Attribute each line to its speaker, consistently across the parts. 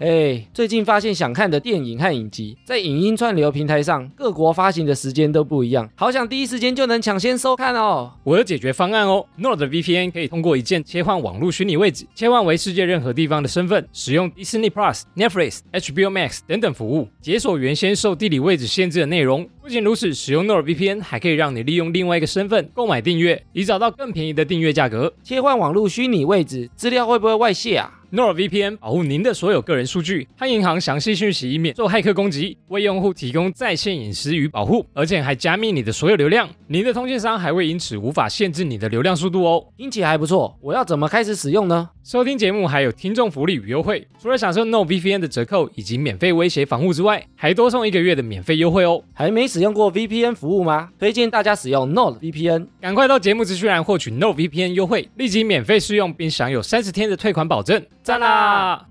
Speaker 1: 哎，最近发现想看的电影和影集，在影音串流平台上各国发行的时间都不一样，好想第一时间就能抢先收看哦。
Speaker 2: 我有解决方案哦！Nord VPN 可以通过一键切换网络虚拟位置，切换为世界任何地方的身份，使用 Disney Plus、Netflix、HBO Max 等等服务，解锁原先受地理位置限制的内容。不仅如此，使用 Nord VPN 还可以让你利用另外一个身份购买订阅，以找到更便宜的订阅价格。
Speaker 1: 切换网络虚拟位置，资料会不会外泄啊？
Speaker 2: NordVPN 保护您的所有个人数据和银行详细讯息，以免受骇客攻击，为用户提供在线隐私与保护，而且还加密你的所有流量。您的通讯商还会因此无法限制你的流量速度哦。
Speaker 1: 听起来还不错，我要怎么开始使用呢？
Speaker 2: 收听节目还有听众福利与优惠，除了享受 NordVPN 的折扣以及免费威胁防护之外，还多送一个月的免费优惠哦。
Speaker 1: 还没使用过 VPN 服务吗？推荐大家使用 Node VPN。
Speaker 2: 赶快到节目资讯栏获取 NordVPN 优惠，立即免费试用并享有三十天的退款保证，赞啦！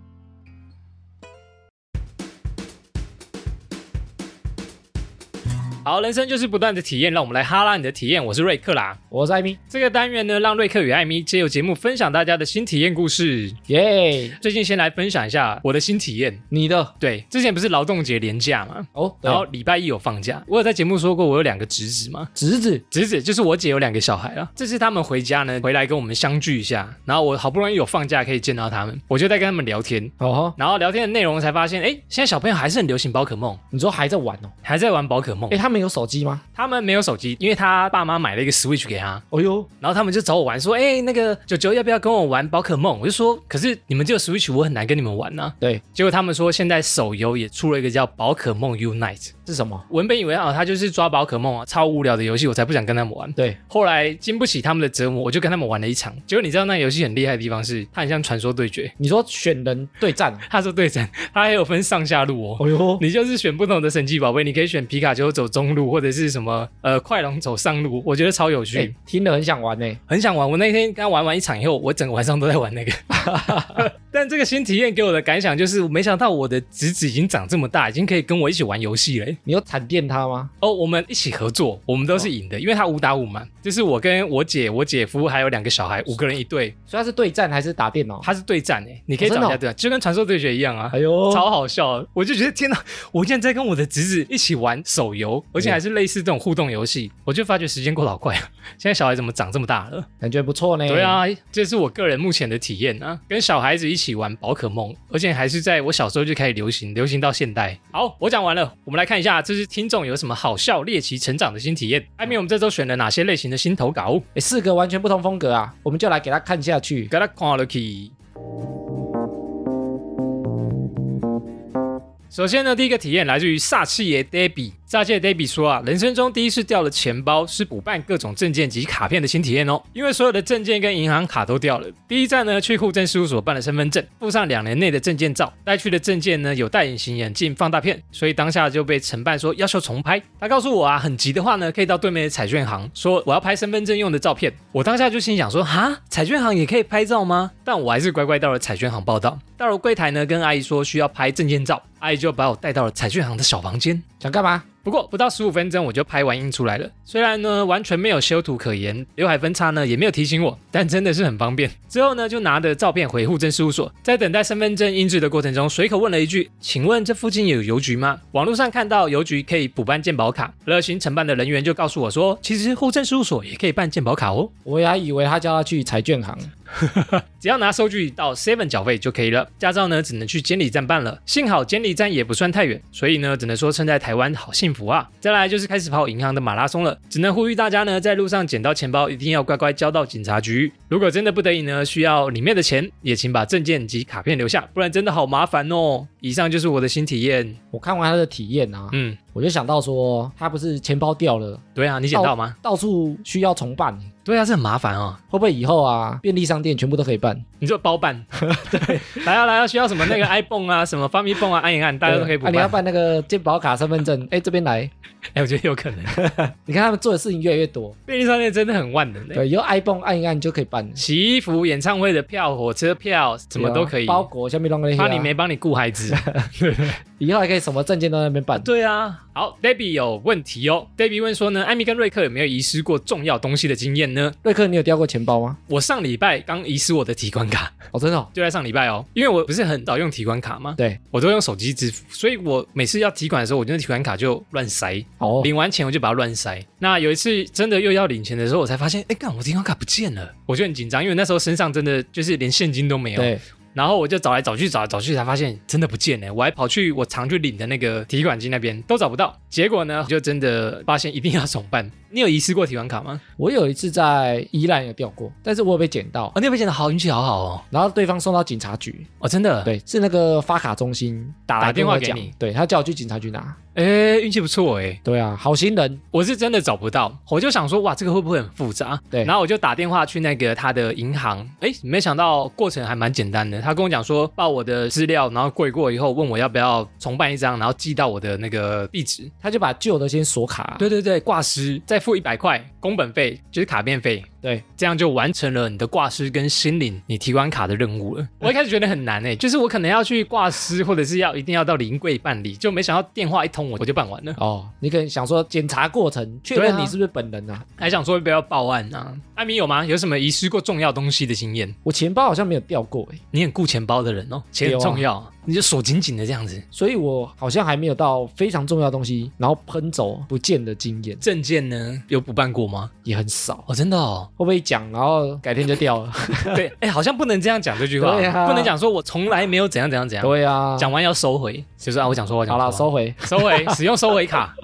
Speaker 2: 好，人生就是不断的体验，让我们来哈拉你的体验。我是瑞克啦。
Speaker 1: 我是艾米，
Speaker 2: 这个单元呢，让瑞克与艾米借由节目分享大家的新体验故事。
Speaker 1: 耶、
Speaker 2: 最近先来分享一下我的新体验。
Speaker 1: 你的
Speaker 2: 对，之前不是劳动节连假嘛，
Speaker 1: 哦，然
Speaker 2: 然后
Speaker 1: 后
Speaker 2: 礼拜一有放假。我有在节目说过，我有两个侄子嘛，
Speaker 1: 侄子，
Speaker 2: 侄子就是我姐有两个小孩了。这次他们回家呢，回来跟我们相聚一下，然后我好不容易有放假可以见到他们，我就在跟他们聊天。
Speaker 1: 哦吼，
Speaker 2: 然后聊天的内容才发现，哎，现在小朋友还是很流行宝可梦，
Speaker 1: 你说还在玩哦？
Speaker 2: 还在玩宝可梦
Speaker 1: 哎、。他们有手机吗？
Speaker 2: 他们没有手机，因为他爸妈买了一个 Switch 给他，
Speaker 1: 哦呦，
Speaker 2: 然后他们就找我玩，说：“哎、那个九九要不要跟我玩宝可梦？”我就说：“可是你们只有 Switch，我很难跟你们玩呐、
Speaker 1: 对，
Speaker 2: 结果他们说，现在手游也出了一个叫《宝可梦 Unite》。
Speaker 1: 是什么？
Speaker 2: 文本以为啊，他就是抓宝可梦啊，超无聊的游戏，我才不想跟他们玩。
Speaker 1: 对，
Speaker 2: 后来经不起他们的折磨，我就跟他们玩了一场。结果你知道那游戏很厉害的地方是，它很像传说对决。
Speaker 1: 你说选人对战、啊？
Speaker 2: 他说对战，它还有分上下路 哦。
Speaker 1: 哦呦，
Speaker 2: 你就是选不同的神奇宝贝，你可以选皮卡丘走中路，或者是什么呃快龙走上路，我觉得超有趣。
Speaker 1: 哎、听了很想玩呢、
Speaker 2: 很想玩。我那天刚玩完一场以后，我整个晚上都在玩那个。但这个新体验给我的感想就是，我没想到我的侄子已经长这么大，已经可以跟我一起玩游戏了欸。
Speaker 1: 你有惨电他吗？
Speaker 2: 哦，我们一起合作，我们都
Speaker 1: 哦
Speaker 2: 是赢的，因为他五打五嘛，就是我跟我姐、我姐夫还有两个小孩，五个人一队，
Speaker 1: 所以他是对战还是打电脑？
Speaker 2: 他是对战诶，你可以
Speaker 1: 哦哦真的
Speaker 2: 找一
Speaker 1: 哦
Speaker 2: 下对战，就跟传说对决一样啊。
Speaker 1: 哎呦，
Speaker 2: 超好笑的！我就觉得天哪，我竟然在跟我的侄子一起玩手游，而且还是类似这种互动游戏，我就发觉时间过得好快啊！现在小孩怎么长这么大了？
Speaker 1: 感觉不错呢。
Speaker 2: 对，啊，这是我个人目前的体验啊，跟小孩子一起玩宝可梦，而且还是在我小时候就开始流行，流行到现代。好，我讲完了，我们来看一下，这是听众有什么好笑、猎奇、成长的新体验。艾米，我们这周选了哪些类型的新投稿？
Speaker 1: 哎、四个完全不同风格啊，我们就来给他看下去。
Speaker 2: 给他看了去。首先呢，第一个体验来自于煞气爷 Debbie。煞气爷 Debbie 说啊，人生中第一次掉了钱包，是补办各种证件及卡片的新体验哦。因为所有的证件跟银行卡都掉了。第一站呢，去户政事务所办了身份证，附上两年内的证件照。带去的证件呢，有戴隐形眼镜、放大片，所以当下就被承办说要求重拍。他告诉我啊，很急的话呢，可以到对面的彩券行说我要拍身份证用的照片。我当下就心想说，哈，彩券行也可以拍照吗？但我还是乖乖到了彩券行报到。到了柜台呢，跟阿姨说需要拍证件照，阿姨就把我带到了彩券行的小房间。
Speaker 1: 想干嘛？
Speaker 2: 不过不到十五分钟我就拍完印出来了，虽然呢完全没有修图可言，刘海分叉呢也没有提醒我，但真的是很方便。之后呢就拿着照片回户政事务所，在等待身份证印制的过程中，随口问了一句：“请问这附近有邮局吗？”网络上看到邮局可以补办健保卡，热心承办的人员就告诉我说，其实户政事务所也可以办健保卡哦。
Speaker 1: 我也还以为他叫他去彩券行。
Speaker 2: 只要拿收据到 Seven 缴费就可以了。驾照呢，只能去监理站办了。幸好监理站也不算太远，所以呢，只能说身在台湾好幸福啊。再来就是开始跑银行的马拉松了，只能呼吁大家呢，在路上捡到钱包一定要乖乖交到警察局。如果真的不得已呢，需要里面的钱，也请把证件及卡片留下，不然真的好麻烦哦。以上就是我的新体验。
Speaker 1: 我看完他的体验啊，
Speaker 2: 嗯，
Speaker 1: 我就想到说，他不是钱包掉了，
Speaker 2: 对啊，你捡到吗？
Speaker 1: 到处需要重办，
Speaker 2: 对啊，这很麻烦哦。
Speaker 1: 会不会以后啊，便利商店全部都可以办？
Speaker 2: 你就包 办，对，来啊来啊，需要什么那个 iPhone 啊，什么发米泵啊，按一按，大家都可以补
Speaker 1: 啊
Speaker 2: 办。
Speaker 1: 你要办那个健保卡、身份证， 哎，这边来。
Speaker 2: 哎、我觉得有可能。
Speaker 1: 你看他们做的事情越来越多，
Speaker 2: 便利商店真的很万能的、欸
Speaker 1: 对，以后 iPhone 按一按就可以办了，
Speaker 2: 洗衣服、演唱会的票、火车票，什么都可以。
Speaker 1: 包裹下面弄个那些啊
Speaker 2: 怕你没帮你顾孩子，
Speaker 1: 始，以后还可以什么证件都在那边办。
Speaker 2: 对啊，好，Debbie 有问题哦。Debbie 问说呢，艾米跟瑞克有没有遗失过重要东西的经验呢？
Speaker 1: 瑞克，你有掉过钱包吗？
Speaker 2: 我上礼拜刚遗失我的提款卡，
Speaker 1: 哦，真的、哦，
Speaker 2: 就在上礼拜哦，因为我不是很早用提款卡吗？
Speaker 1: 对，
Speaker 2: 我都用手机支付，所以我每次要提款的时候，我就用提款卡就乱塞，
Speaker 1: 哦，
Speaker 2: 领完钱我就把它乱塞。那有一次真的又要领钱的时候，我才发现，哎，干，我提款卡不见了，我就很紧张，因为那时候身上真的就是连现金都没有。
Speaker 1: 对，
Speaker 2: 然后我就找来找去找来找去，才发现真的不见欸了。我还跑去我常去领的那个提款机那边都找不到，结果呢就真的发现一定要重办。你有遗失过提款卡吗？
Speaker 1: 我有一次在宜兰有掉过，但是我有被捡到，
Speaker 2: 哦，你有被捡的好运气好好哦，
Speaker 1: 然后对方送到警察局，
Speaker 2: 哦真的，，
Speaker 1: 对，是那个发卡中心打来
Speaker 2: 打电话
Speaker 1: 跟我
Speaker 2: 给
Speaker 1: 讲
Speaker 2: 你，
Speaker 1: 对他叫我去警察局拿，
Speaker 2: 哎运气不错哎，
Speaker 1: 对啊，好心人，
Speaker 2: 我是真的找不到，我就想说，哇，这个会不会很复杂？
Speaker 1: 对
Speaker 2: 然后我就打电话去那个他的银行，诶，没想到过程还蛮简单的。他跟我讲说，报我的资料，然后过过以后，问我要不要重办一张，然后寄到我的那个地址。
Speaker 1: 他就把旧的先锁卡，
Speaker 2: 对对对，挂失，再付一百块工本费，就是卡片费。
Speaker 1: 对，
Speaker 2: 这样就完成了你的挂失跟心领你提款卡的任 务了。我一开始觉得很难诶、欸就是我可能要去挂失，或者是要一定要到临柜办理，就没想到电话一通我我就办完了。
Speaker 1: 哦，你可能想说检查过程确认你是不是本人啊？
Speaker 2: 还想说要不要报案啊？艾米有吗？有什么遗失过重要东西的经验？
Speaker 1: 我钱包好像没有掉过哎、
Speaker 2: 你很顾钱包的人哦，钱很重要，
Speaker 1: 啊
Speaker 2: 你就锁紧紧的这样子。
Speaker 1: 所以我好像还没有到非常重要的东西，然后喷走不见的经验
Speaker 2: 证件呢，有补办过吗？
Speaker 1: 也很少。，
Speaker 2: 哦，真的哦
Speaker 1: 会不会讲，然后改天就掉 了？
Speaker 2: 对，哎、好像不能这样讲这句话，
Speaker 1: 对啊
Speaker 2: 不能讲说我从来没有怎样怎样怎样，
Speaker 1: 对啊，
Speaker 2: 讲完要收回，就是啊，我讲错话，
Speaker 1: 好
Speaker 2: 了，
Speaker 1: 了，收回。
Speaker 2: 收 回，使用收回卡。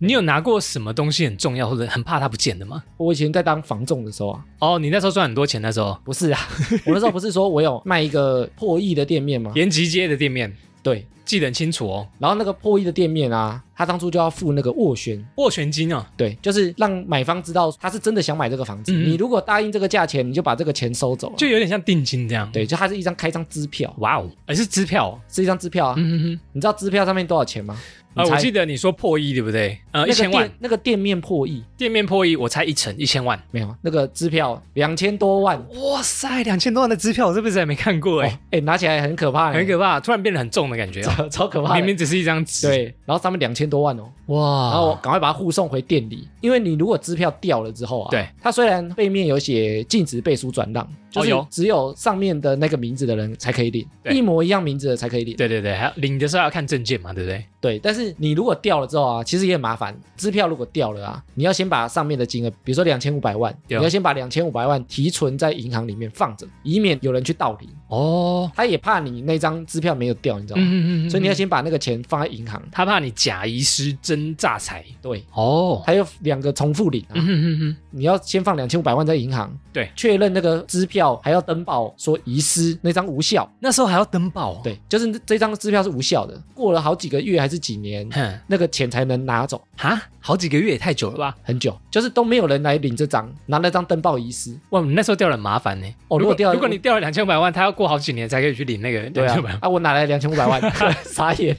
Speaker 2: 你有拿过什么东西很重要或者很怕它不见的吗？
Speaker 1: 我以前在当房仲的时候啊，
Speaker 2: 哦，你那时候赚很多钱，那时候
Speaker 1: 不是啊， 我那时候不是说我 有卖一个破亿的店面吗？
Speaker 2: 延吉街的店面
Speaker 1: 对，
Speaker 2: 记得很清楚哦，
Speaker 1: 然后那个破亿的店面啊，他当初就要付那个斡旋，
Speaker 2: 斡旋金啊，
Speaker 1: 对，就是让买方知道他是真的想买这个房子。
Speaker 2: 嗯嗯
Speaker 1: 你如果答应这个价钱，你就把这个钱收走了。
Speaker 2: 就有点像定金这样。
Speaker 1: 对，就它是一张开张支票，
Speaker 2: 哇哦，而是支票哦。
Speaker 1: 是一张支票啊。
Speaker 2: 嗯
Speaker 1: 你知道支票上面多少钱吗？
Speaker 2: 啊，
Speaker 1: 你
Speaker 2: 我
Speaker 1: 猜
Speaker 2: 记得你说破亿对不对？呃，一
Speaker 1: 那
Speaker 2: 千
Speaker 1: 个
Speaker 2: 万
Speaker 1: 店，那个店面破亿
Speaker 2: 店面破亿，我猜一成一千万。
Speaker 1: 没有？那个支票两千多万，
Speaker 2: 哇塞，两千多万的支票，我这辈子还没看过
Speaker 1: 哎、
Speaker 2: 哎、
Speaker 1: 哦哎拿起来很可怕、欸，哎
Speaker 2: 很可怕，突然变得很重的感觉 哦、
Speaker 1: 超超可怕的。
Speaker 2: 明明只是一张纸。，
Speaker 1: 对，然后上面两千多万哦，
Speaker 2: 哇，
Speaker 1: 然后我赶快把它护送回店里，因为你如果支票掉了之后啊，
Speaker 2: 对，哦
Speaker 1: 它虽然背面有写禁止背书转让，就是
Speaker 2: 有
Speaker 1: 只有上面的那个名字的人才可以领，
Speaker 2: 对
Speaker 1: 一模一样名字的才可以领，
Speaker 2: 对对对，还要领的时候要看证件嘛，对不对？
Speaker 1: 对，但是你如果掉了之后啊，其实也很麻烦。支票如果掉了啊，你要先把上面的金额，比如说两千五百万，你
Speaker 2: 对哦
Speaker 1: 要先把两千五百万提存在银行里面放着，以免有人去盗领。
Speaker 2: 哦，
Speaker 1: 他也怕你那张支票没有掉，你知道吗？
Speaker 2: 嗯嗯嗯，
Speaker 1: 所以你要先把那个钱放在银行。
Speaker 2: 他怕你假遗失真诈财。
Speaker 1: 对，
Speaker 2: 哦，
Speaker 1: 还有两个重复领啊，
Speaker 2: 嗯哼哼哼，
Speaker 1: 你要先放两千五百万在银行，
Speaker 2: 对
Speaker 1: 确认那个支票，还要登报说遗失那张无效。
Speaker 2: 那时候还要登报、，
Speaker 1: 对，就是这张支票是无效的，过了好几个月还是几 年，
Speaker 2: 哼，
Speaker 1: 那个钱才能拿走。
Speaker 2: 哈，好几个月也太久了吧？
Speaker 1: 很久，就是都没有人来领这张，拿那张登报遗失。
Speaker 2: 哇，你那时候掉了很麻烦呢、
Speaker 1: 哦如
Speaker 2: 如
Speaker 1: 果
Speaker 2: 果
Speaker 1: 掉了
Speaker 2: 如果你掉了两千五百万，他要过好几年才可以去领那个
Speaker 1: 对
Speaker 2: 两
Speaker 1: 啊
Speaker 2: 千五百万，。
Speaker 1: 啊，我哪来两千五百万？ 傻眼，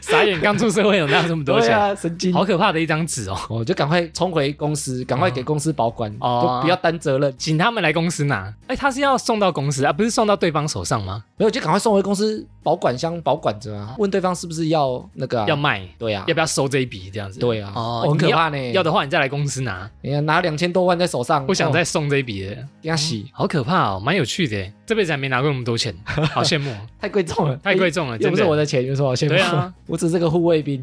Speaker 2: 傻眼，刚出社会有拿这么多
Speaker 1: 对
Speaker 2: 钱？
Speaker 1: 啊，神经。
Speaker 2: 好可怕的一张纸哦，
Speaker 1: 我就赶快冲回公司，赶快给公司保管，
Speaker 2: 哦
Speaker 1: 就不要担责任。
Speaker 2: 请他们来公司拿。哎，他是要送到公司啊，不是送到对方手上吗？
Speaker 1: 没有，就赶快送回公司保管箱保管着啊。问对方是不是要那个、啊？
Speaker 2: 哦要？卖，
Speaker 1: 对啊
Speaker 2: 要，不要收这一笔？这样子。
Speaker 1: 对啊，
Speaker 2: 哦
Speaker 1: 哦，很可怕
Speaker 2: 你
Speaker 1: 呢。
Speaker 2: 要，要的话你再来公司拿，
Speaker 1: 你看拿两千多万在手上，
Speaker 2: 不想再
Speaker 1: 哦
Speaker 2: 送这一笔的，
Speaker 1: 给他洗，
Speaker 2: 好可怕哦，蛮有趣的，这辈子还没拿过那么 多钱，好羡慕哦，
Speaker 1: 太贵重了，哎
Speaker 2: 太贵重了，
Speaker 1: 又
Speaker 2: 真
Speaker 1: 不是我
Speaker 2: 的。
Speaker 1: 的钱，有什么好羡慕？
Speaker 2: 对啊
Speaker 1: 我只是个护卫 兵。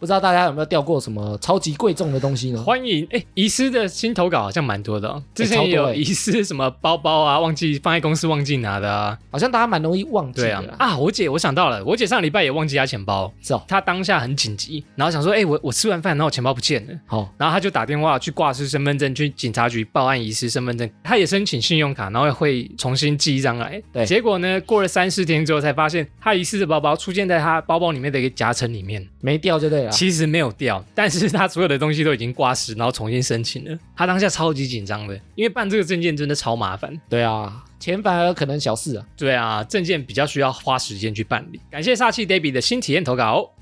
Speaker 1: 不知道大家有没有掉过什么超级贵重的东西呢？
Speaker 2: 欢迎哎，遗失的新投稿好像蛮多的哦，之前
Speaker 1: 超
Speaker 2: 也
Speaker 1: 多
Speaker 2: 有
Speaker 1: 哎
Speaker 2: 遗失什么包包啊，忘记放在公司忘记拿的啊，
Speaker 1: 好像大家蛮容易忘记
Speaker 2: 对
Speaker 1: 的
Speaker 2: 啊
Speaker 1: 啦、
Speaker 2: 啊，我姐我想到了，我姐上礼拜也忘记她钱包，
Speaker 1: 是哦，
Speaker 2: 她当下很紧急，然后想说，哎，我我吃完饭，然后我钱包不见了。
Speaker 1: 好、
Speaker 2: 然后他就打电话去挂失身份证，去警察局报案遗失身份证。他也申请信用卡，然后会重新寄一张来。
Speaker 1: 对
Speaker 2: 结果呢，过了三四天之后，才发现他遗失的包包出现在他包包里面的一个夹层里面，
Speaker 1: 没掉就对了。
Speaker 2: 其实没有掉，但是他所有的东西都已经挂失，然后重新申请了。他当下超级紧张的，因为办这个证件真的超麻烦。
Speaker 1: 对啊，钱反而可能小事啊。
Speaker 2: 对啊，证件比较需要花时间去办理。感谢煞气 Debbie 的新体验投稿。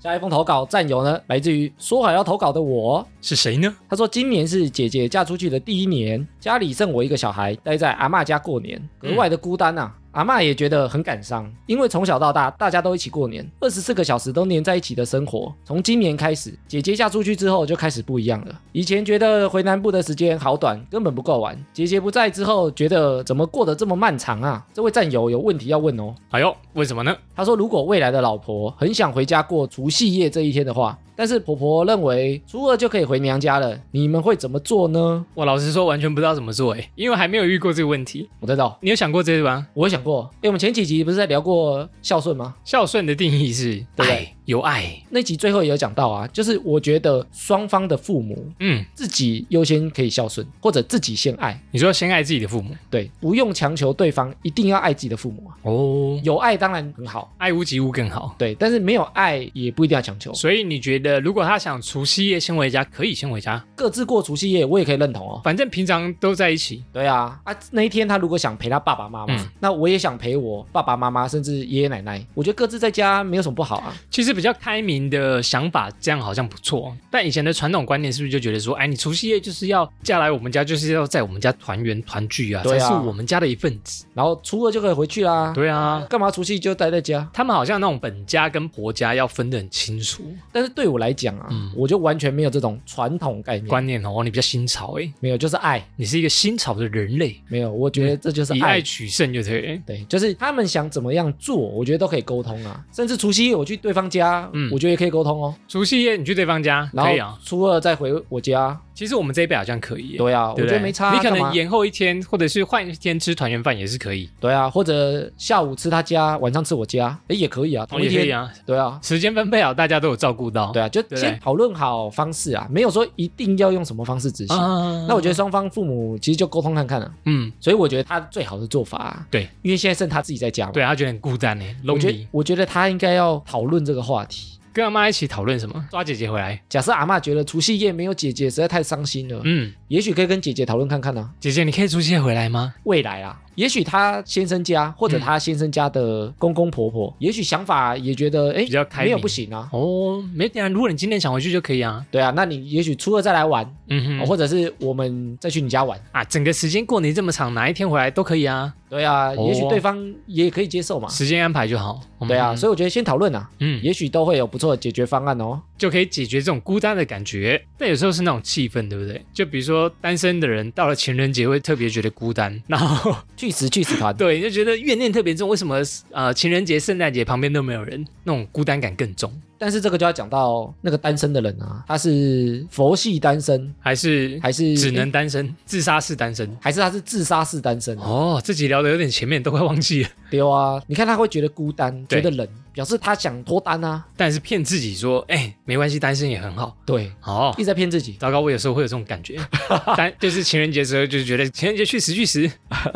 Speaker 1: 下一封投稿战友呢，来自于说好要投稿的我。
Speaker 2: 是谁呢？
Speaker 1: 他说今年是姐姐嫁出去的第一年，家里剩我一个小孩，待在阿嬷家过年，格外的孤单啊。阿嬷也觉得很感伤，因为从小到大大家都一起过年，二十四个小时都黏在一起的生活。从今年开始，姐姐嫁出去之后就开始不一样了。以前觉得回南部的时间好短，根本不够玩。姐姐不在之后，觉得怎么过得这么漫长啊？这位战友有问题要问哦。
Speaker 2: 哎呦，问什么呢？
Speaker 1: 他说，如果未来的老婆很想回家过除夕夜这一天的话，但是婆婆认为初二就可以回娘家了，你们会怎么做呢？
Speaker 2: 我老实说，完全不知道怎么做诶，因为还没有遇过这个问题。
Speaker 1: 我知道，
Speaker 2: 你有想过这个吗？
Speaker 1: 我有想过，哎，我们前几集不是在聊过孝顺吗？
Speaker 2: 孝顺的定义是
Speaker 1: 对
Speaker 2: 爱，有爱。
Speaker 1: 那集最后也有讲到啊，就是我觉得双方的父母
Speaker 2: 嗯，
Speaker 1: 自己优先可以孝顺，或者自己先爱，
Speaker 2: 你说先爱自己的父母
Speaker 1: 对，不用强求对方一定要爱自己的父母啊。
Speaker 2: 哦，
Speaker 1: 有爱当然很好，
Speaker 2: 爱屋及乌更好。
Speaker 1: 对，但是没有爱也不一定要强求，
Speaker 2: 所以你觉得，如果他想除夕夜先回家，可以先回家，
Speaker 1: 各自过除夕夜我也可以认同哦。
Speaker 2: 反正平常都在一起。
Speaker 1: 对啊，啊，那一天他如果想陪他爸爸妈妈，
Speaker 2: 嗯
Speaker 1: 那我也想陪我爸爸妈妈，甚至爷爷奶奶。我觉得各自在家没有什么不好啊。
Speaker 2: 其实比较开明的想法，这样好像不错。但以前的传统观念是不是就觉得说，哎，你除夕夜就是要嫁来我们家，就是要在我们家团圆团聚啊，
Speaker 1: 对啊
Speaker 2: 才是我们家的一份子。
Speaker 1: 然后初二就可以回去啦。
Speaker 2: 对啊，
Speaker 1: 干嘛除夕就待在家？
Speaker 2: 他们好像那种本家跟婆家要分得很清楚
Speaker 1: 但是对我来讲啊，
Speaker 2: 嗯
Speaker 1: 我就完全没有这种传统概念，
Speaker 2: 观念哦。你比较新潮哎，
Speaker 1: 没有就是爱，
Speaker 2: 你是一个新潮的人类，
Speaker 1: 没有，我觉得这就是
Speaker 2: 以
Speaker 1: 爱。
Speaker 2: 爱取胜就对了。哎
Speaker 1: 对，就是他们想怎么样做，我觉得都可以沟通啊。甚至除夕夜我去对方家，
Speaker 2: 嗯
Speaker 1: 我觉得也可以沟通哦。
Speaker 2: 除夕夜你去对方家
Speaker 1: 然
Speaker 2: 可以啊
Speaker 1: 后，初二再回我家，
Speaker 2: 其实我们这一辈好像可以耶。
Speaker 1: 对啊，
Speaker 2: 对不
Speaker 1: 我觉
Speaker 2: 对
Speaker 1: 得没差啊、
Speaker 2: 你可
Speaker 1: 干
Speaker 2: 能
Speaker 1: 嘛
Speaker 2: 延后一天，或者是换一天吃团圆饭也是可以，
Speaker 1: 对啊，或者下午吃他家，晚上吃我家，哎也可以啊，
Speaker 2: 哦
Speaker 1: 同一
Speaker 2: 也可以
Speaker 1: 天，
Speaker 2: 啊。
Speaker 1: 对啊，
Speaker 2: 时间分配好，大家都有照顾到。
Speaker 1: 对啊，就
Speaker 2: 对
Speaker 1: 先讨论好方式啊，没有说一定要用什么方式执行。
Speaker 2: 啊，
Speaker 1: 那我觉得双方父母其实就沟通看看啊，
Speaker 2: 嗯，
Speaker 1: 所以我觉得他最好的做法、啊，
Speaker 2: 对，
Speaker 1: 因为现在剩他自己在家嘛，
Speaker 2: 对他觉得很孤单呢欸
Speaker 1: 我觉
Speaker 2: ，lonely
Speaker 1: 得。我觉得他应该要讨论这个话题。
Speaker 2: 跟阿妈一起讨论什么？抓姐姐回来。
Speaker 1: 假设阿嬷觉得除夕夜没有姐姐实在太伤心了，
Speaker 2: 嗯，
Speaker 1: 也许可以跟姐姐讨论看看啊。
Speaker 2: 姐姐，你可以出去回来吗？
Speaker 1: 未来啊，也许他先生家或者他先生家的公公婆婆，也许想法也觉得哎，
Speaker 2: 嗯比较开
Speaker 1: 没有
Speaker 2: 明
Speaker 1: 不行啊。
Speaker 2: 哦，没点啊，如果你今天想回去就可以啊。
Speaker 1: 对啊，那你也许初二再来玩，哦
Speaker 2: 嗯哼，
Speaker 1: 或者是我们再去你家玩。
Speaker 2: 啊，整个时间过年这么长，哪一天回来都可以啊，
Speaker 1: 对啊，也许
Speaker 2: 哦
Speaker 1: 对方也可以接受嘛。
Speaker 2: 时间安排就好。嗯
Speaker 1: 对啊，，所以我觉得先讨论啊，
Speaker 2: 嗯，
Speaker 1: 也许都会有不错的解决方案哦。
Speaker 2: 就可以解决这种孤单的感觉。但有时候是那种气氛，对不对？就比如说单身的人到了情人节会特别觉得孤单， 然后，
Speaker 1: 去死去死团
Speaker 2: 对，就觉得怨念特别重。为什么呃情人节、圣诞节旁边都没有人，那种孤单感更重？
Speaker 1: 但是这个就要讲到那个单身的人啊，他是佛系单身，
Speaker 2: 还是
Speaker 1: 还是
Speaker 2: 只能
Speaker 1: 诶
Speaker 2: 单身，自杀式单身？
Speaker 1: 还是他是自杀式单身啊？
Speaker 2: 哦，自己聊的有点前面，都快忘记了。
Speaker 1: 对啊，你看他会觉得孤单，
Speaker 2: 对
Speaker 1: 觉得冷，表示他想脱单啊。
Speaker 2: 但是骗自己说，哎、没关系，单身也很好。
Speaker 1: 对，
Speaker 2: 哦
Speaker 1: 一，直在骗自己。
Speaker 2: 糟糕，我有时候会有这种感觉， 但就是情人节的时候，就是觉得情人节去死去死，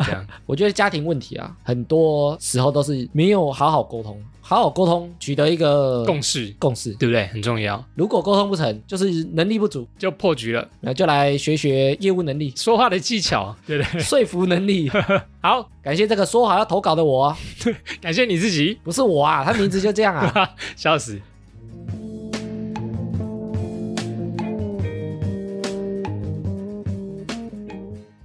Speaker 2: 这样
Speaker 1: 我觉得家庭问题啊，很多时候都是没有好好沟通，好好沟通取得一个
Speaker 2: 共识，
Speaker 1: 共识。
Speaker 2: 对不对？很重要，
Speaker 1: 如果沟通不成，就是能力不足，
Speaker 2: 就破局了。、
Speaker 1: 那就来学学业务能力
Speaker 2: 说话的技巧，对不 对？
Speaker 1: 说服能力。
Speaker 2: 好，
Speaker 1: 感谢这个说好要投稿的我，
Speaker 2: 感谢你自己，
Speaker 1: 不是我啊，他名字就这样 啊。
Speaker 2: 笑死。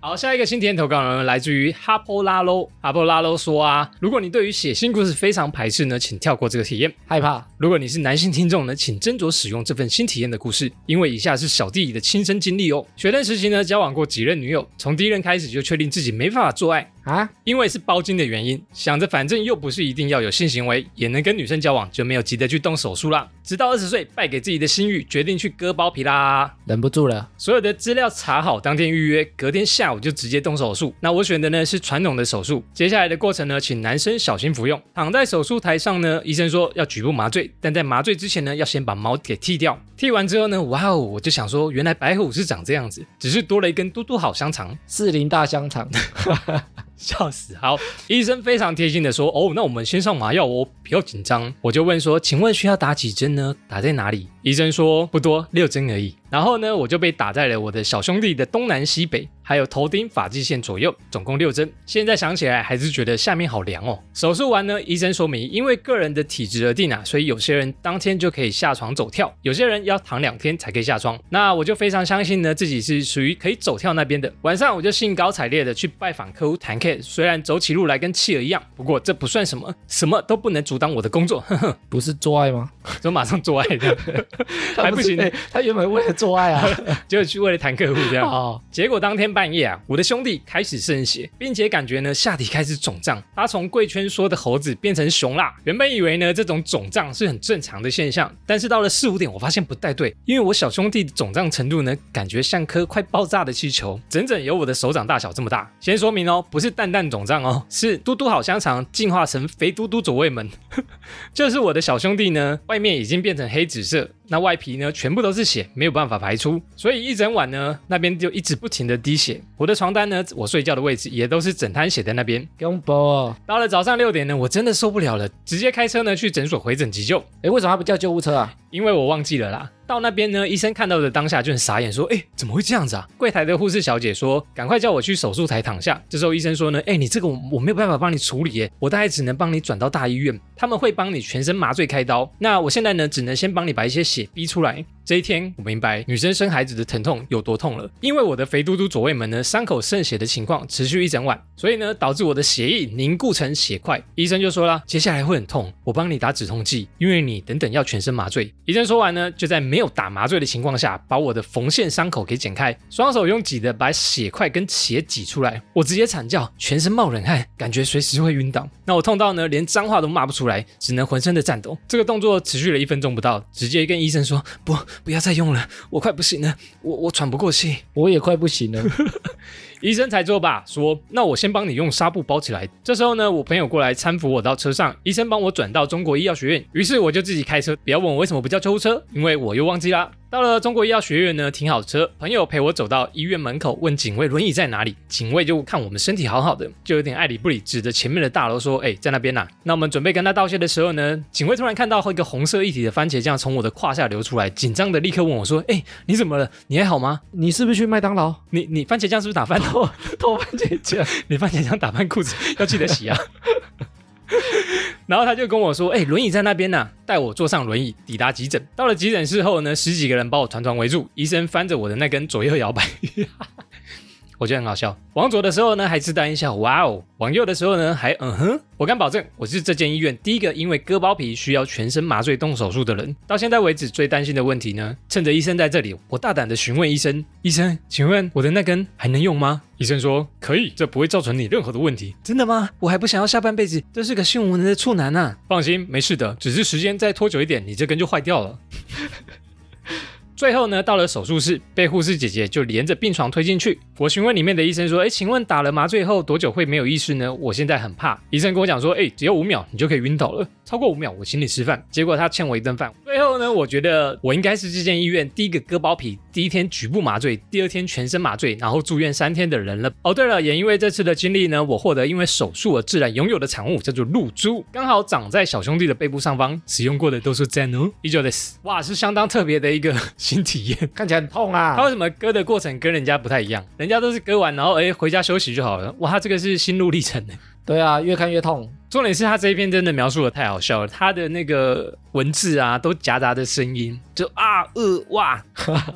Speaker 2: 好，下一个新体验投稿呢，来自于哈波拉喽。哈波拉喽说啊，如果你对于写信故事非常排斥呢，请跳过这个体验。
Speaker 1: 害怕
Speaker 2: 如果你是男性听众呢，请斟酌使用这份新体验的故事，因为以下是小弟的亲身经历哦。学生时期呢，交往过几任女友，从第一任开始就确定自己没办法做爱，
Speaker 1: 啊，
Speaker 2: 因为是包茎的原因，想着反正又不是一定要有性行为，也能跟女生交往，就没有急着去动手术啦。直到二十岁，败给自己的心欲，决定去割包皮啦。
Speaker 1: 忍不住了，
Speaker 2: 所有的资料查好，当天预约，隔天下午就直接动手术。那我选的呢是传统的手术，接下来的过程呢，请男生小心服用。躺在手术台上呢，医生说要局部麻醉，但在麻醉之前呢，要先把毛给剃掉。剃完之后呢，哇哦，我就想说，原来白虎是长这样子，只是多了一根嘟嘟好香肠。
Speaker 1: 四零大香肠，
Speaker 2: 笑死！好，医生非常贴心的说：“哦，那我们先上麻药哦，不要紧张。”我就问说：“请问需要打几针呢？打在哪里？”医生说：“不多，六针而已。”然后呢，我就被打在了我的小兄弟的东南西北，还有头顶发际线左右，总共六针。现在想起来还是觉得下面好凉哦。手术完呢，医生说明，因为个人的体质而定啊，所以有些人当天就可以下床走跳，有些人要躺两天才可以下床。那我就非常相信呢，自己是属于可以走跳那边的。晚上我就兴高采烈的去拜访客户谈 case，虽然走起路来跟企鹅一样，不过这不算什么，什么都不能阻挡我的工作， 呵呵，
Speaker 1: 不是做爱吗？
Speaker 2: 就马上做爱的，还不行
Speaker 1: 他是，哎 他原本为了做爱啊。
Speaker 2: 就去为了谈客户这样。
Speaker 1: 哦，
Speaker 2: 结果当天半夜啊，我的兄弟开始渗血，并且感觉呢下体开始肿胀，他从贵圈说的猴子变成熊啦。原本以为呢这种肿胀是很正常的现象，但是到了四五点，我发现不太对，因为我小兄弟肿胀程度呢，感觉像颗快爆炸的气球，整整有我的手掌大小这么大。先说明哦，不是蛋蛋肿胀哦，是嘟嘟好香肠进化成肥嘟嘟左卫门。就是我的小兄弟呢，外面已经变成黑紫色，那外皮呢全部都是血，没有办法排出，所以一整晚呢，那边就一直不停的滴血。我的床单呢，我睡觉的位置也都是整滩血在那边。
Speaker 1: 用波。
Speaker 2: 到了早上六点呢，我真的受不了了，直接开车呢去诊所回诊急救，
Speaker 1: 哎，为什么他不叫救护车啊？
Speaker 2: 因为我忘记了啦。到那边呢，医生看到的当下就很傻眼，说：“哎，怎么会这样子啊？”柜台的护士小姐说：“赶快叫我去手术台躺下。”这时候医生说呢：“哎，你这个我我没有办法帮你处理耶，我大概只能帮你转到大医院，他们会帮你全身麻醉开刀。那我现在呢，只能先帮你把一些血逼出来。”这一天，我明白女生生孩子的疼痛有多痛了，因为我的肥嘟嘟左卫门呢，伤口渗血的情况持续一整晚，所以呢，导致我的血液凝固成血块。医生就说啦，接下来会很痛，我帮你打止痛剂，因为你等等要全身麻醉。医生说完呢，就在没有打麻醉的情况下，把我的缝线伤口给剪开，双手用挤的把血块跟血挤出来，我直接惨叫，全身冒冷汗，感觉随时会晕倒。那我痛到呢，连脏话都骂不出来，只能浑身的颤抖。这个动作持续了一分钟不到，直接跟医生说不，不要再用了，我快不行了，我我喘不过气。
Speaker 1: 我也快不行了。
Speaker 2: 医生才作罢，说：“那我先帮你用纱布包起来。”这时候呢，我朋友过来搀扶我到车上，医生帮我转到中国医药学院。于是我就自己开车，不要问我为什么不叫救护车，因为我又忘记啦。到了中国医药学院呢，停好车，朋友陪我走到医院门口，问警卫轮椅在哪里。警卫就看我们身体好好的，就有点爱理不理，指着前面的大楼说：“哎、在那边呐、那我们准备跟他道谢的时候呢，警卫突然看到一个红色一体的番茄酱从我的胯下流出来，紧张的立刻问我说：“哎、你怎么了？你还好吗？
Speaker 1: 你是不是去麦当劳
Speaker 2: 你你番茄酱是不是打翻了？”
Speaker 1: 偷番茄酱？
Speaker 2: 你番茄酱 打翻裤子要记得洗啊。 然后他就跟我说：“哎、轮椅在那边呢、带我坐上轮椅抵达急诊。到了急诊室后呢，十几个人把我团团围住，医生翻着我的那根左右摇摆，我觉得很好笑。往左的时候呢，还自带音效，哇哦；往右的时候呢，还嗯哼。我敢保证，我是这间医院第一个因为割包皮需要全身麻醉动手术的人。到现在为止，最担心的问题呢，趁着医生在这里，我大胆的询问医生：“医生，请问我的那根还能用吗？”医生说：“可以，这不会造成你任何的问题。”真的吗？我还不想要下半辈子都是个性无能的处男啊！放心，没事的，只是时间再拖久一点，你这根就坏掉了。最后呢，到了手术室，被护士姐姐就连着病床推进去。我询问里面的医生说：“哎，请问打了麻醉后多久会没有意识呢？我现在很怕。”医生跟我讲说：“哎，只有五秒，你就可以晕倒了。超过五秒，我请你吃饭。”结果他欠我一顿饭。最后呢，我觉得我应该是这间医院第一个割包皮，第一天局部麻醉，第二天全身麻醉，然后住院三天的人了。哦，对了，也因为这次的经历呢，我获得因为手术而自然拥有的产物叫做露珠，刚好长在小兄弟的背部上方。使用过的都说赞哦。依旧的，哇，是相当特别的一个 新体验。
Speaker 1: 看起来很痛
Speaker 2: 他
Speaker 1: 啊！
Speaker 2: 为什么割的过程跟人家不太一样？人家都是割完然后哎回家休息就好了。哇，他这个是心路历程呢。
Speaker 1: 对啊，越看越痛。
Speaker 2: 重点是他这一篇真的描述的太好笑了，他的那个文字啊都夹杂着声音，就啊呃哇，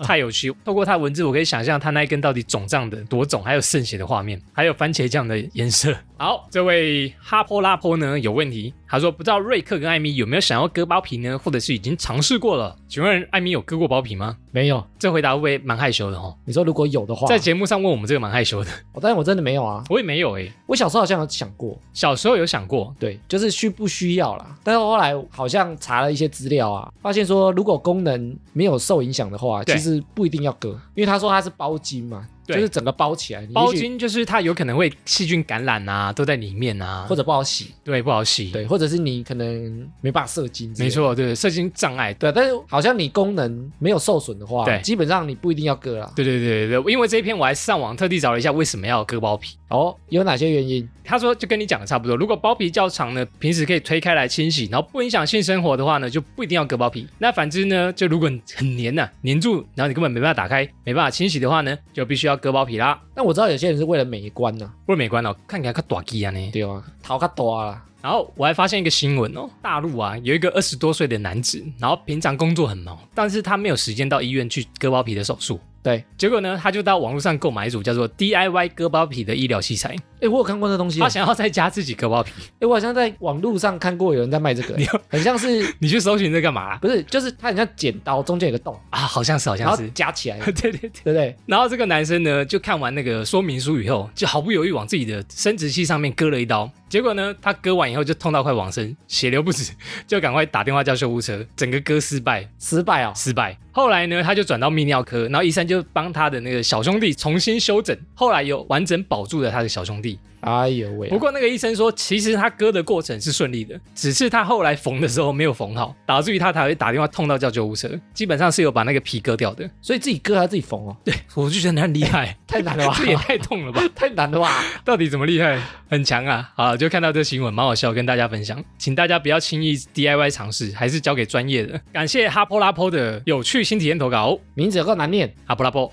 Speaker 2: 太有趣。透过他的文字，我可以想象他那一根到底肿胀的多肿，还有渗血的画面，还有番茄酱的颜色。好，这位哈坡拉坡呢有问题，他说不知道瑞克跟艾米有没有想要割包皮呢，或者是已经尝试过了？请问艾米有割过包皮吗？
Speaker 1: 没有，
Speaker 2: 这回答会不会蛮害羞的哦？
Speaker 1: 你说如果有的话，
Speaker 2: 在节目上问我们这个蛮害羞的，
Speaker 1: 哦但是我真的没有啊。
Speaker 2: 我也没有诶、欸
Speaker 1: 我小时候好像有想过，
Speaker 2: 小时候有想过，
Speaker 1: 对，就是需不需要啦。但是后来好像查了一些资料啊，发现说如果功能没有受影响的话，
Speaker 2: 对
Speaker 1: 其实不一定要割，因为他说它是包茎嘛，就
Speaker 2: 对
Speaker 1: 是整个包起来，你
Speaker 2: 包
Speaker 1: 也许
Speaker 2: 巾就是它有可能会细菌感染啊，都在里面啊，
Speaker 1: 或者不好洗，
Speaker 2: 对不好洗。，
Speaker 1: 对，或者是你可能没办法射精，
Speaker 2: 没。错，对，射精障碍。
Speaker 1: 对，但是好像你功能没有受损的话，
Speaker 2: 对
Speaker 1: 基本上你不一定要割啊。
Speaker 2: 对对对对对，因为这一篇我还上网特地找了一下为什么要割包皮。
Speaker 1: 哦，有哪些原因？
Speaker 2: 他说就跟你讲的差不多，如果包皮较长呢，平时可以推开来清洗，然后不影响性生活的话呢，就不一定要割包皮。那反之呢，就如果你很黏呐、黏住，然后你根本没办法打开，没办法清洗的话呢，就必须要割包皮啦。
Speaker 1: 但我知道有些人是为了美观呐、
Speaker 2: 不过美观哦，看起来可短气啊呢。
Speaker 1: 对啊，头较大啦，
Speaker 2: 然后我还发现一个新闻哦，大陆啊有一个二十多岁的男子，然后平常工作很忙，但是他没有时间到医院去割包皮的手术。
Speaker 1: 对，
Speaker 2: 结果呢，他就到网络上购买一组叫做 DIY 割包皮的医疗器材，
Speaker 1: 哎、我有看过这东西、
Speaker 2: 他
Speaker 1: 啊，
Speaker 2: 想要在家自己割包皮。
Speaker 1: 哎、我好像在网络上看过有人在卖这个、
Speaker 2: 你
Speaker 1: 很像是
Speaker 2: 你去搜寻这干嘛、
Speaker 1: 不是？就是它很像剪刀，中间有个洞，
Speaker 2: 啊？好像是，好
Speaker 1: 然
Speaker 2: 像
Speaker 1: 后
Speaker 2: 是。
Speaker 1: 夹起来，对
Speaker 2: 对对对。
Speaker 1: 不对？
Speaker 2: 然后这个男生呢，就看完那个说明书以后，就毫不犹豫往自己的生殖器上面割了一刀。结果呢，他割完以后就痛到快往生，血流不止，就赶快打电话叫救护车，整个割失败，
Speaker 1: 失败哦，
Speaker 2: 失败。后来呢，他就转到泌尿科，然后医生就帮他的那个小兄弟重新修整，后来有完整保住了他的小兄弟。
Speaker 1: 哎呦喂啊、
Speaker 2: 不过那个医生说，其实他割的过程是顺利的，只是他后来缝的时候没有缝好，导致于他才会打电话痛到叫救护车。基本上是有把那个皮割掉的，
Speaker 1: 所以自己割还要自己缝哦，
Speaker 2: 我就觉得你很厉 害，
Speaker 1: 太难了吧
Speaker 2: 这也太痛了吧？
Speaker 1: 太难了吧？
Speaker 2: 到底怎么厉害？很强啊！好了，就看到这新闻，蛮好笑，跟大家分享，请大家不要轻易 DIY 尝试，还是交给专业的。感谢哈波拉波的有趣新体验投稿，
Speaker 1: 名字有够难念，
Speaker 2: 哈波拉波。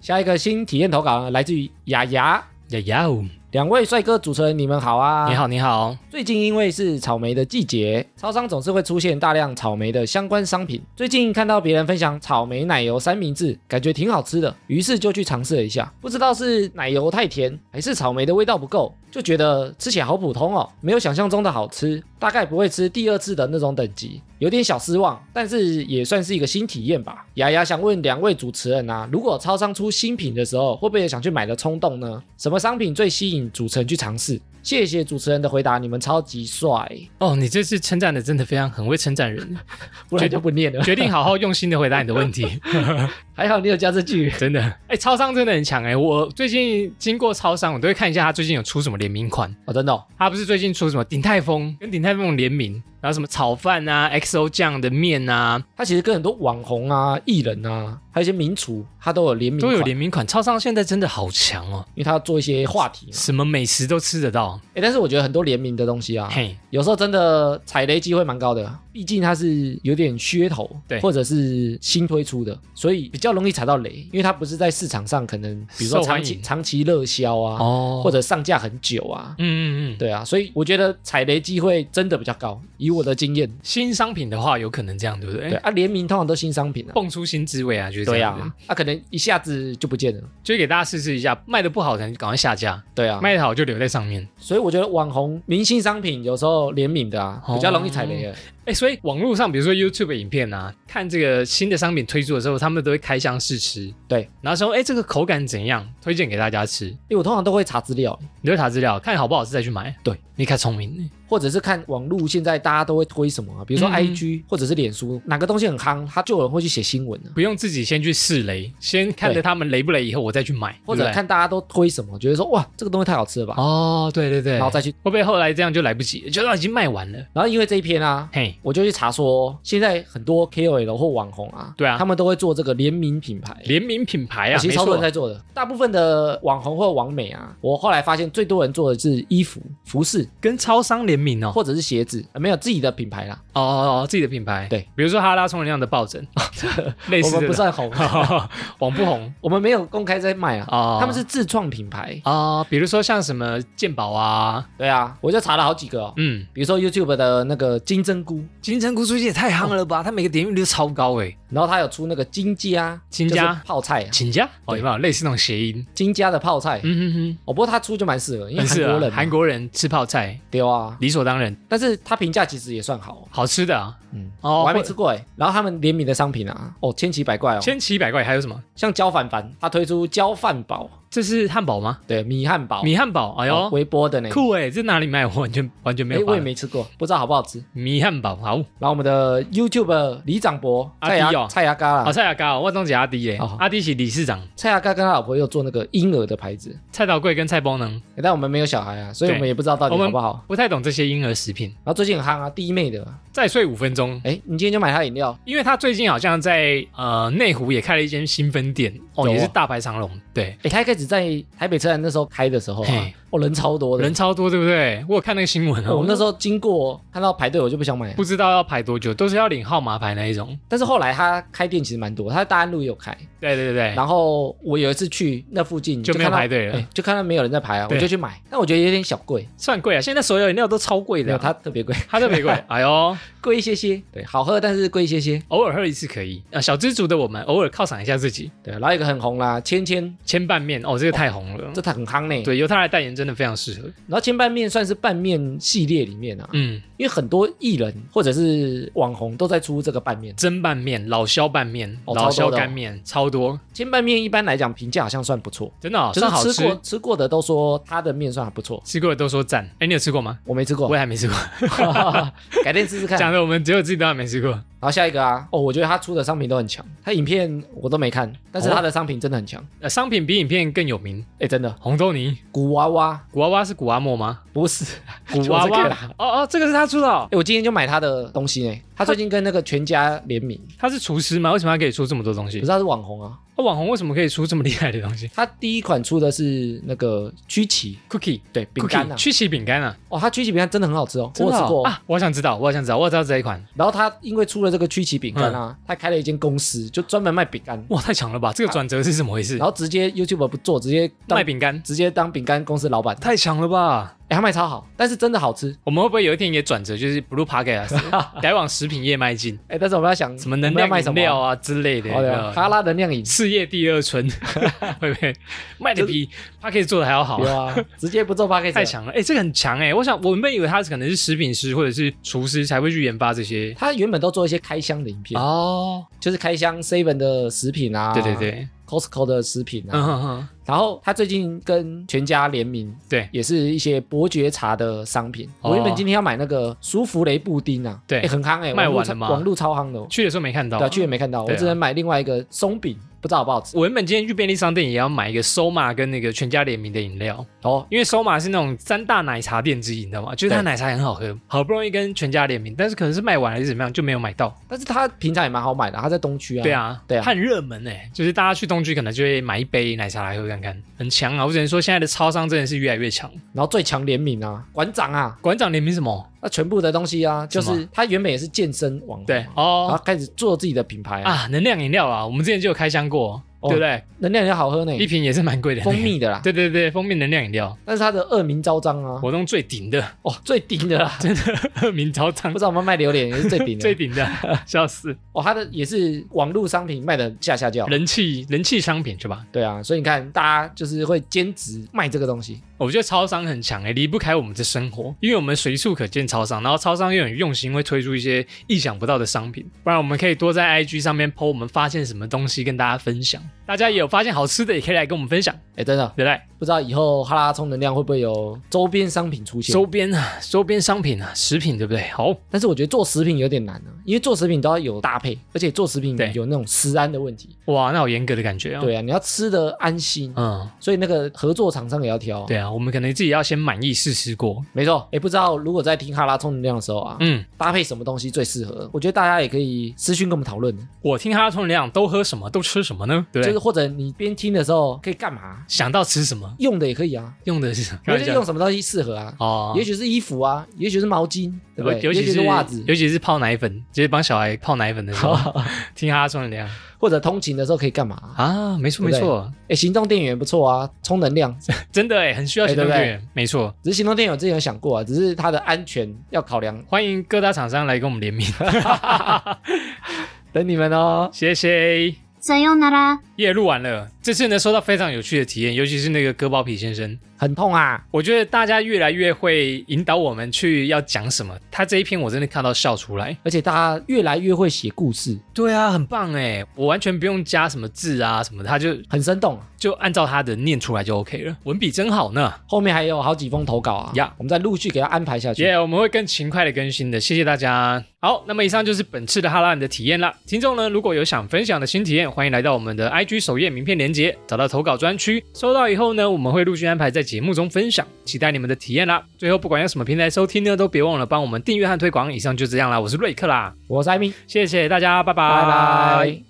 Speaker 1: 下一个新体验投稿呢来自于雅雅。
Speaker 2: 呀呀哦！
Speaker 1: 两位帅哥主持人，你们好啊！
Speaker 2: 你。好，你好，
Speaker 1: 最近因为是草莓的季节，超商总是会出现大量草莓的相关商品。最近看到别人分享草莓奶油三明治，感觉挺好吃的，于是就去尝试了一下。不知道是奶油太甜，还是草莓的味道不够，就觉得吃起来好普通哦，没有想象中的好吃，大概不会吃第二次的那种等级。有点小失望，但是也算是一个新体验吧。雅雅想问两位主持人啊，如果超商出新品的时候，会不会有想去买的冲动呢？什么商品最吸引主持人去尝试？谢谢主持人的回答，你们超级帅，
Speaker 2: 哦，你这次称赞的真的非常很会称赞人，
Speaker 1: 不然就不念了。
Speaker 2: 决定好好用心的回答你的问题，
Speaker 1: 还好你有加这句，
Speaker 2: 真的。哎、超商真的很强哎、我最近经过超商，我都会看一下他最近有出什么联名款。
Speaker 1: 哦，真的、哦，
Speaker 2: 他不是最近出什么鼎泰丰跟鼎泰丰联名，然后什么炒饭啊、XO 酱的面啊，
Speaker 1: 他其实跟很多网红啊、艺人啊，还有一些名厨，他都有联名
Speaker 2: 都
Speaker 1: 款，
Speaker 2: 有联名款。超商现在真的好强哦，
Speaker 1: 因为他要做一些话题嘛。
Speaker 2: 什么美食都吃得到。
Speaker 1: 哎，但是我觉得很多联名的东西啊，
Speaker 2: 嘿，
Speaker 1: 有时候真的踩雷机会蛮高的，毕竟它是有点噱头，
Speaker 2: 对
Speaker 1: 或者是新推出的，所以比较容易踩到雷，因为它不是在市场上可能，比如说
Speaker 2: 受欢
Speaker 1: 长期
Speaker 2: 迎
Speaker 1: 长期热销啊，
Speaker 2: 哦
Speaker 1: 或
Speaker 2: 者
Speaker 1: 者上架很久啊，
Speaker 2: 嗯嗯嗯，对，
Speaker 1: 对啊，所以我觉得踩雷机会真的比较高，以我的经验，
Speaker 2: 新商品的话有可能这样，对不对？哎
Speaker 1: 对啊，联名通常都新商品啊，
Speaker 2: 蹦出新滋味啊，就是这
Speaker 1: 对
Speaker 2: 样
Speaker 1: 啊，那、可能一下子就不见了，
Speaker 2: 就给大家试试一下，卖的不好的赶快下架，
Speaker 1: 对啊，
Speaker 2: 卖的好就留在上面。
Speaker 1: 所以我觉得网红明星商品有时候联名的啊，
Speaker 2: 哦
Speaker 1: 比较容易踩雷、欸，
Speaker 2: 哎，所以网络上，比如说 YouTube 影片啊，看这个新的商品推出的时候，他们都会开箱试吃，
Speaker 1: 对，
Speaker 2: 然后说，哎，这个口感怎样，推荐给大家吃。
Speaker 1: 因为我通常都会查资料。
Speaker 2: 你就查资料，看好不好吃再去买。
Speaker 1: 对，
Speaker 2: 你太聪明了。
Speaker 1: 或者是看网络现在大家都会推什么啊，比如说
Speaker 2: 嗯
Speaker 1: IG、或者是脸书，哪个东西很夯，它就有人会去写新闻啊。
Speaker 2: 不用自己先去试雷，先看着他们雷不雷以后，我再去买，
Speaker 1: 或
Speaker 2: 对
Speaker 1: 者
Speaker 2: 不对
Speaker 1: 看大家都推什么，觉得说哇这个东西太好吃了吧，
Speaker 2: 哦，对对对，
Speaker 1: 然后再去，
Speaker 2: 会不会后来这样就来不及，觉得已经卖完了？
Speaker 1: 然后因为这一篇啊，
Speaker 2: 嘿，
Speaker 1: 我就去查说现在很多 KOL 或网红啊，
Speaker 2: 对啊
Speaker 1: 他们都会做这个联名品牌。
Speaker 2: 联名品牌啊，
Speaker 1: 其
Speaker 2: 没
Speaker 1: 实超多人，
Speaker 2: 错
Speaker 1: 在做的，大部分的网红或网美啊，我后来发现最多人做的是衣服、服饰
Speaker 2: 跟超商联名哦，
Speaker 1: 或者是鞋子，呃没有自己的品牌啦。
Speaker 2: 哦哦哦，自己的品牌，
Speaker 1: 对，
Speaker 2: 比如说哈拉充能量的 抱枕，类
Speaker 1: 我们
Speaker 2: 似哎的
Speaker 1: 不，算红，啊
Speaker 2: 网不红
Speaker 1: 我们没有公开在卖啊，
Speaker 2: 哦，
Speaker 1: 他们是自创品牌。
Speaker 2: 哦，比如说像什么鉴宝啊，
Speaker 1: 对啊，我就查了好几个哦，
Speaker 2: 嗯，
Speaker 1: 比如说 YouTube 的那个金针菇，
Speaker 2: 金针菇最近也太夯了吧，它每个点阅率都超高哎，
Speaker 1: 然后它有出那个金家，
Speaker 2: 金
Speaker 1: 就是
Speaker 2: 家
Speaker 1: 泡菜啊，
Speaker 2: 请假哦，
Speaker 1: 对
Speaker 2: 有没有类似那种谐音？
Speaker 1: 金家的泡菜。
Speaker 2: 嗯哼哼。
Speaker 1: 哦，不过它出就蛮适合，因为
Speaker 2: 很
Speaker 1: 韩
Speaker 2: 适
Speaker 1: 国
Speaker 2: 合
Speaker 1: 人嘛
Speaker 2: 啊韩国人吃泡菜，
Speaker 1: 对啊，
Speaker 2: 理所当然，
Speaker 1: 但是它评价其实也算好哦，
Speaker 2: 好吃的啊。
Speaker 1: 嗯，
Speaker 2: 哦
Speaker 1: 我还没吃过哎。然后他们联名的商品啊，哦，千奇百怪哦，
Speaker 2: 千奇百怪，还有什么？
Speaker 1: 像焦凡凡，他推出焦饭堡，
Speaker 2: 这是汉堡吗？
Speaker 1: 对，米汉堡，
Speaker 2: 米汉堡，哎
Speaker 1: 哦
Speaker 2: 呦，
Speaker 1: 微波的呢。
Speaker 2: 酷哎，这哪里卖？我完全完全没
Speaker 1: 哎，
Speaker 2: 有
Speaker 1: 我
Speaker 2: 发
Speaker 1: 也
Speaker 2: 现。
Speaker 1: 没吃过，不知道好不好吃。
Speaker 2: 米汉堡好，
Speaker 1: 然后我们的 YouTube 李长博
Speaker 2: 阿
Speaker 1: 蔡
Speaker 2: 迪
Speaker 1: 牙
Speaker 2: 哦
Speaker 1: 蔡牙嘎
Speaker 2: 好
Speaker 1: 啦，
Speaker 2: 蔡雅嘎哦，我中是阿迪耶
Speaker 1: 哦，
Speaker 2: 阿迪是理事长，
Speaker 1: 蔡牙嘎跟他老婆又做那个婴儿的牌子，
Speaker 2: 蔡导贵跟蔡包能，
Speaker 1: 欸但我们没有小孩啊，所以
Speaker 2: 对
Speaker 1: 我们也不知道到底
Speaker 2: 我们
Speaker 1: 好不好。
Speaker 2: 不太懂这些婴儿食品。
Speaker 1: 然后最近很夯啊，弟妹的嘛，
Speaker 2: 再睡五分钟，
Speaker 1: 哎，你今天就买他饮料，
Speaker 2: 因为他最近好像在呃内湖也开了一间新分店，哦，
Speaker 1: 有哦
Speaker 2: 也是大排长龙，对，
Speaker 1: 哎，他一开始在台北车站那时候开的时候啊
Speaker 2: 嘿，
Speaker 1: 哦，人超多的，
Speaker 2: 人超多，对不对？我有看那个新闻哦，
Speaker 1: 我那时候经过看到排队，我就不想买啊。
Speaker 2: 不知道要排多久，都是要领号码牌那一种。
Speaker 1: 但是后来他开店其实蛮多，他在大安路也有开。
Speaker 2: 对对对对，
Speaker 1: 然后我有一次去那附近
Speaker 2: 哎就没有
Speaker 1: 看到
Speaker 2: 排队了
Speaker 1: 哎就看到没有人在排啊，我
Speaker 2: 对
Speaker 1: 就去买。但我觉得有点小贵，
Speaker 2: 算贵啊！现在所有饮料都超贵
Speaker 1: 没
Speaker 2: 的
Speaker 1: 有
Speaker 2: 啊、
Speaker 1: 它特别贵，
Speaker 2: 它特别贵。 哎呦，
Speaker 1: 贵一些些，对，好喝但是贵一些些。
Speaker 2: 偶尔喝一次可以。啊，小知足的我们偶尔犒赏一下自己。
Speaker 1: 对，然后一个很红啦，千千，
Speaker 2: 千拌面哦，这个太红了。
Speaker 1: 这它很夯呢。，
Speaker 2: 对，由他来代言真的非常适合。
Speaker 1: 然后千拌面算是拌面系列里面啊，
Speaker 2: 嗯，
Speaker 1: 因为很多艺人或者是网红都在出这个拌面。
Speaker 2: 蒸拌面、老肖拌面、
Speaker 1: 哦
Speaker 2: 老
Speaker 1: 超
Speaker 2: 肖
Speaker 1: 多的哦
Speaker 2: 干面，超多，
Speaker 1: 千拌面一般来讲评价好像算不错，
Speaker 2: 真的、哦，
Speaker 1: 就
Speaker 2: 算好
Speaker 1: 是吃
Speaker 2: 吃
Speaker 1: 过。吃过的都说它的面算还不错。
Speaker 2: 吃过的都说赞。哎，你有吃过吗？
Speaker 1: 我没吃过
Speaker 2: 我，也还没吃过，
Speaker 1: 改天试试看。
Speaker 2: 讲的我们只有自己都还没吃过。
Speaker 1: 然后下一个啊，哦，我觉得他出的商品都很强，他影片我都没看，但
Speaker 2: 哦
Speaker 1: 是他的商品真的很强，
Speaker 2: 呃，商品比影片更有名。
Speaker 1: 哎、真的，
Speaker 2: 红豆泥、
Speaker 1: 古娃娃
Speaker 2: 古娃娃是古阿莫 吗？
Speaker 1: 不是
Speaker 2: 古娃
Speaker 1: 就我这个
Speaker 2: 娃
Speaker 1: 啦，
Speaker 2: 哦哦，这个是他出的、哦
Speaker 1: 哎、。我今天就买他的东西呢，他最近跟那个全家联名，
Speaker 2: 他是厨师吗？为什么他可以出这么多东
Speaker 1: 可
Speaker 2: 西
Speaker 1: 是？他是网红啊，
Speaker 2: 哦、网红为什么可以出这么厉害的东西
Speaker 1: 他第一款出的是那个曲奇，
Speaker 2: ？Cookie
Speaker 1: 对，饼干
Speaker 2: Cookie
Speaker 1: 啊，
Speaker 2: 曲奇饼干啊，
Speaker 1: 哦，他曲奇饼干真的很好吃哦，
Speaker 2: 真的
Speaker 1: 我
Speaker 2: 哦
Speaker 1: 有吃过、哦。
Speaker 2: 啊！我想知道，我想知道，我知道这一款，
Speaker 1: 然后他因为出了这个曲奇饼干
Speaker 2: 嗯
Speaker 1: 啊，他开了一间公司，就专门卖饼干，
Speaker 2: 哇，太强了吧！这个转折是怎么回事
Speaker 1: 然？后直接 YouTube 不做，直接当
Speaker 2: 卖饼干
Speaker 1: 直接当饼干公司老板，
Speaker 2: 太强了吧！
Speaker 1: 哎、他卖超好，但是真的好吃，
Speaker 2: 我们会不会有一天也转折，就是 Blue Podcast 改往食品业迈进，
Speaker 1: 哎、但是我们要想
Speaker 2: 什么能
Speaker 1: 我们要
Speaker 2: 量
Speaker 1: 卖什
Speaker 2: 饮
Speaker 1: 么啊
Speaker 2: 料啊之类的？
Speaker 1: 好
Speaker 2: 有没
Speaker 1: 的，
Speaker 2: 有
Speaker 1: 哈拉能量饮
Speaker 2: 事业第二春， 会不会卖的比 Podcast 做的还要好？
Speaker 1: 有 啊，直接不做 p a c k a
Speaker 2: 太强了！哎、这个很强哎、我想我原本以为他可能是食品师或者是厨师才会去研发这些
Speaker 1: 他原本都做一些开箱的影片，
Speaker 2: 哦。
Speaker 1: 就是开箱 Seven 的食品啊，
Speaker 2: 对对对，
Speaker 1: ，Costco 的食品
Speaker 2: 嗯
Speaker 1: 啊。
Speaker 2: 哼哼，
Speaker 1: 然后他最近跟全家联名，
Speaker 2: 对
Speaker 1: 也是一些伯爵茶的商品。
Speaker 2: 哦
Speaker 1: 我原本今天要买那个舒芙蕾布丁啊，
Speaker 2: 对
Speaker 1: 哎很夯哎，
Speaker 2: 卖
Speaker 1: 网络
Speaker 2: 完
Speaker 1: 超
Speaker 2: 了吗
Speaker 1: 网络超夯的哦，
Speaker 2: 去的时候没看到，
Speaker 1: 对啊，去也没看到，
Speaker 2: 对
Speaker 1: 我
Speaker 2: 啊
Speaker 1: 只能买另外一个松饼，不知道好不好吃。
Speaker 2: 我原本今天去便利商店也要买一个 Soma 跟那个全家联名的饮料，
Speaker 1: 哦，
Speaker 2: 因为 Soma 是那种三大奶茶店之一，你知道吗？就是它
Speaker 1: 对
Speaker 2: 奶茶很好喝，好不容易跟全家联名，但是可能是卖完还是怎么样，就没有买到。
Speaker 1: 但是他平常也蛮好买的，他在东区啊。
Speaker 2: 对，啊，
Speaker 1: 对啊
Speaker 2: 它很热门哎、就是大家去东区可能就会买一杯奶茶来喝看看，很强啊！我只能说现在的超商真的是越来越强。
Speaker 1: 然后最强联名啊，馆长啊，
Speaker 2: 馆长联名什么？
Speaker 1: 那全部的东西啊，就
Speaker 2: 什
Speaker 1: 是他原本也是健身网红嘛，
Speaker 2: 对
Speaker 1: 然
Speaker 2: 哦
Speaker 1: 后开始做自己的品牌啊，
Speaker 2: 啊，能量饮料啊，我们之前就有开箱过，
Speaker 1: 哦
Speaker 2: 对不对？
Speaker 1: 能量也好喝呢，
Speaker 2: 一瓶也是蛮贵 的，
Speaker 1: 蜂。蜜的啦，
Speaker 2: 对对对，蜂蜜能量饮料
Speaker 1: 但是它的恶名昭彰啊，
Speaker 2: 活动最顶的，
Speaker 1: 哦，最顶的 啦，
Speaker 2: 明朝汤
Speaker 1: 不知道我们卖榴莲也是最顶
Speaker 2: 最
Speaker 1: 的，
Speaker 2: 顶 的，笑死！
Speaker 1: 哦，它的也是网络商品卖的下下叫，
Speaker 2: 人气人气商品是吧？
Speaker 1: 对啊，所以你看大家就是会兼职卖这个东西，
Speaker 2: 我觉得超商很强诶、欸离不开我们的生活，因为我们随处可见超商，然后超商又很用心，会推出一些意想不到的商品。不然我们可以多在 IG 上面 PO 我们发现什么东西跟大家分享。大家也有发现好吃的，也可以来跟我们分享，
Speaker 1: 哎，真的
Speaker 2: 对不对？
Speaker 1: 不知道以后哈拉充能量会不会有周边商品出现，
Speaker 2: 周边啊，周边商品啊，食品对不对？好，
Speaker 1: 但是我觉得做食品有点难啊，因为做食品都要有搭配，而且做食品
Speaker 2: 对
Speaker 1: 有那种食安的问题，
Speaker 2: 哇，那好严格的感觉哦。，
Speaker 1: 对啊，你要吃的安心，
Speaker 2: 嗯，
Speaker 1: 所以那个合作厂商也要挑，
Speaker 2: 对啊，我们可能自己要先满意试吃过。
Speaker 1: 没错，哎，不知道如果在听哈拉充能量的时候啊，
Speaker 2: 嗯，
Speaker 1: 搭配什么东西最适合？我觉得大家也可以私讯跟我们讨论，
Speaker 2: 我听哈拉充能量都喝什么，都吃什么呢？对不
Speaker 1: 就
Speaker 2: 对？
Speaker 1: 是或者你边听的时候可以干嘛？
Speaker 2: 想到吃什么，
Speaker 1: 用的也可以啊，
Speaker 2: 用的是什么？
Speaker 1: 我觉得用什么东西适合啊？
Speaker 2: 哦，
Speaker 1: 也许是衣服啊，也许是毛巾，对不对？
Speaker 2: 尤
Speaker 1: 也
Speaker 2: 其
Speaker 1: 许
Speaker 2: 是
Speaker 1: 是袜子，
Speaker 2: 尤其是泡奶粉，就是帮小孩泡奶粉 的时候，听哈充能量
Speaker 1: 或者通勤的时候可以干嘛？
Speaker 2: 啊，没错没
Speaker 1: 对不对
Speaker 2: 错，
Speaker 1: 哎，行动电源也不错啊，充能量。
Speaker 2: 真的哎，很需要行动
Speaker 1: 哎对不
Speaker 2: 电
Speaker 1: 对
Speaker 2: 源，没错。
Speaker 1: 只是行动电源我之前有想过啊，只是它的安全要考量，
Speaker 2: 欢迎各大厂商来跟我们 联名，
Speaker 1: 等你们哦。
Speaker 2: 谢谢。
Speaker 3: さようなら。
Speaker 2: 耶，录完了。这次呢，收到非常有趣的体验，尤其是那个割包皮先生，
Speaker 1: 很痛啊！
Speaker 2: 我觉得大家越来越会引导我们去要讲什么。他这一篇我真的看到笑出来。
Speaker 1: 而且大家越来越会写故事，
Speaker 2: 对啊，很棒哎，我完全不用加什么字啊什么的，他就
Speaker 1: 很生动、啊。
Speaker 2: 就按照他的念出来就 OK 了。文笔真好呢。
Speaker 1: 后面还有好几封投稿啊
Speaker 2: 呀
Speaker 1: 我们再陆续给它安排下去。
Speaker 2: 耶、我们会更勤快的更新的，谢谢大家。好，那么以上就是本次的哈拉你的体验啦。听众呢，如果有想分享的新体验，欢迎来到我们的 IG 首页名片连接，找到投稿专区，收到以后呢，我们会陆续安排在节目中分享，期待你们的体验啦。最后，不管用什么平台收听呢，都别忘了帮我们订阅和推广。以上就这样啦，我是瑞克啦，
Speaker 1: 我是艾米，
Speaker 2: 谢谢大家，拜
Speaker 1: 拜拜。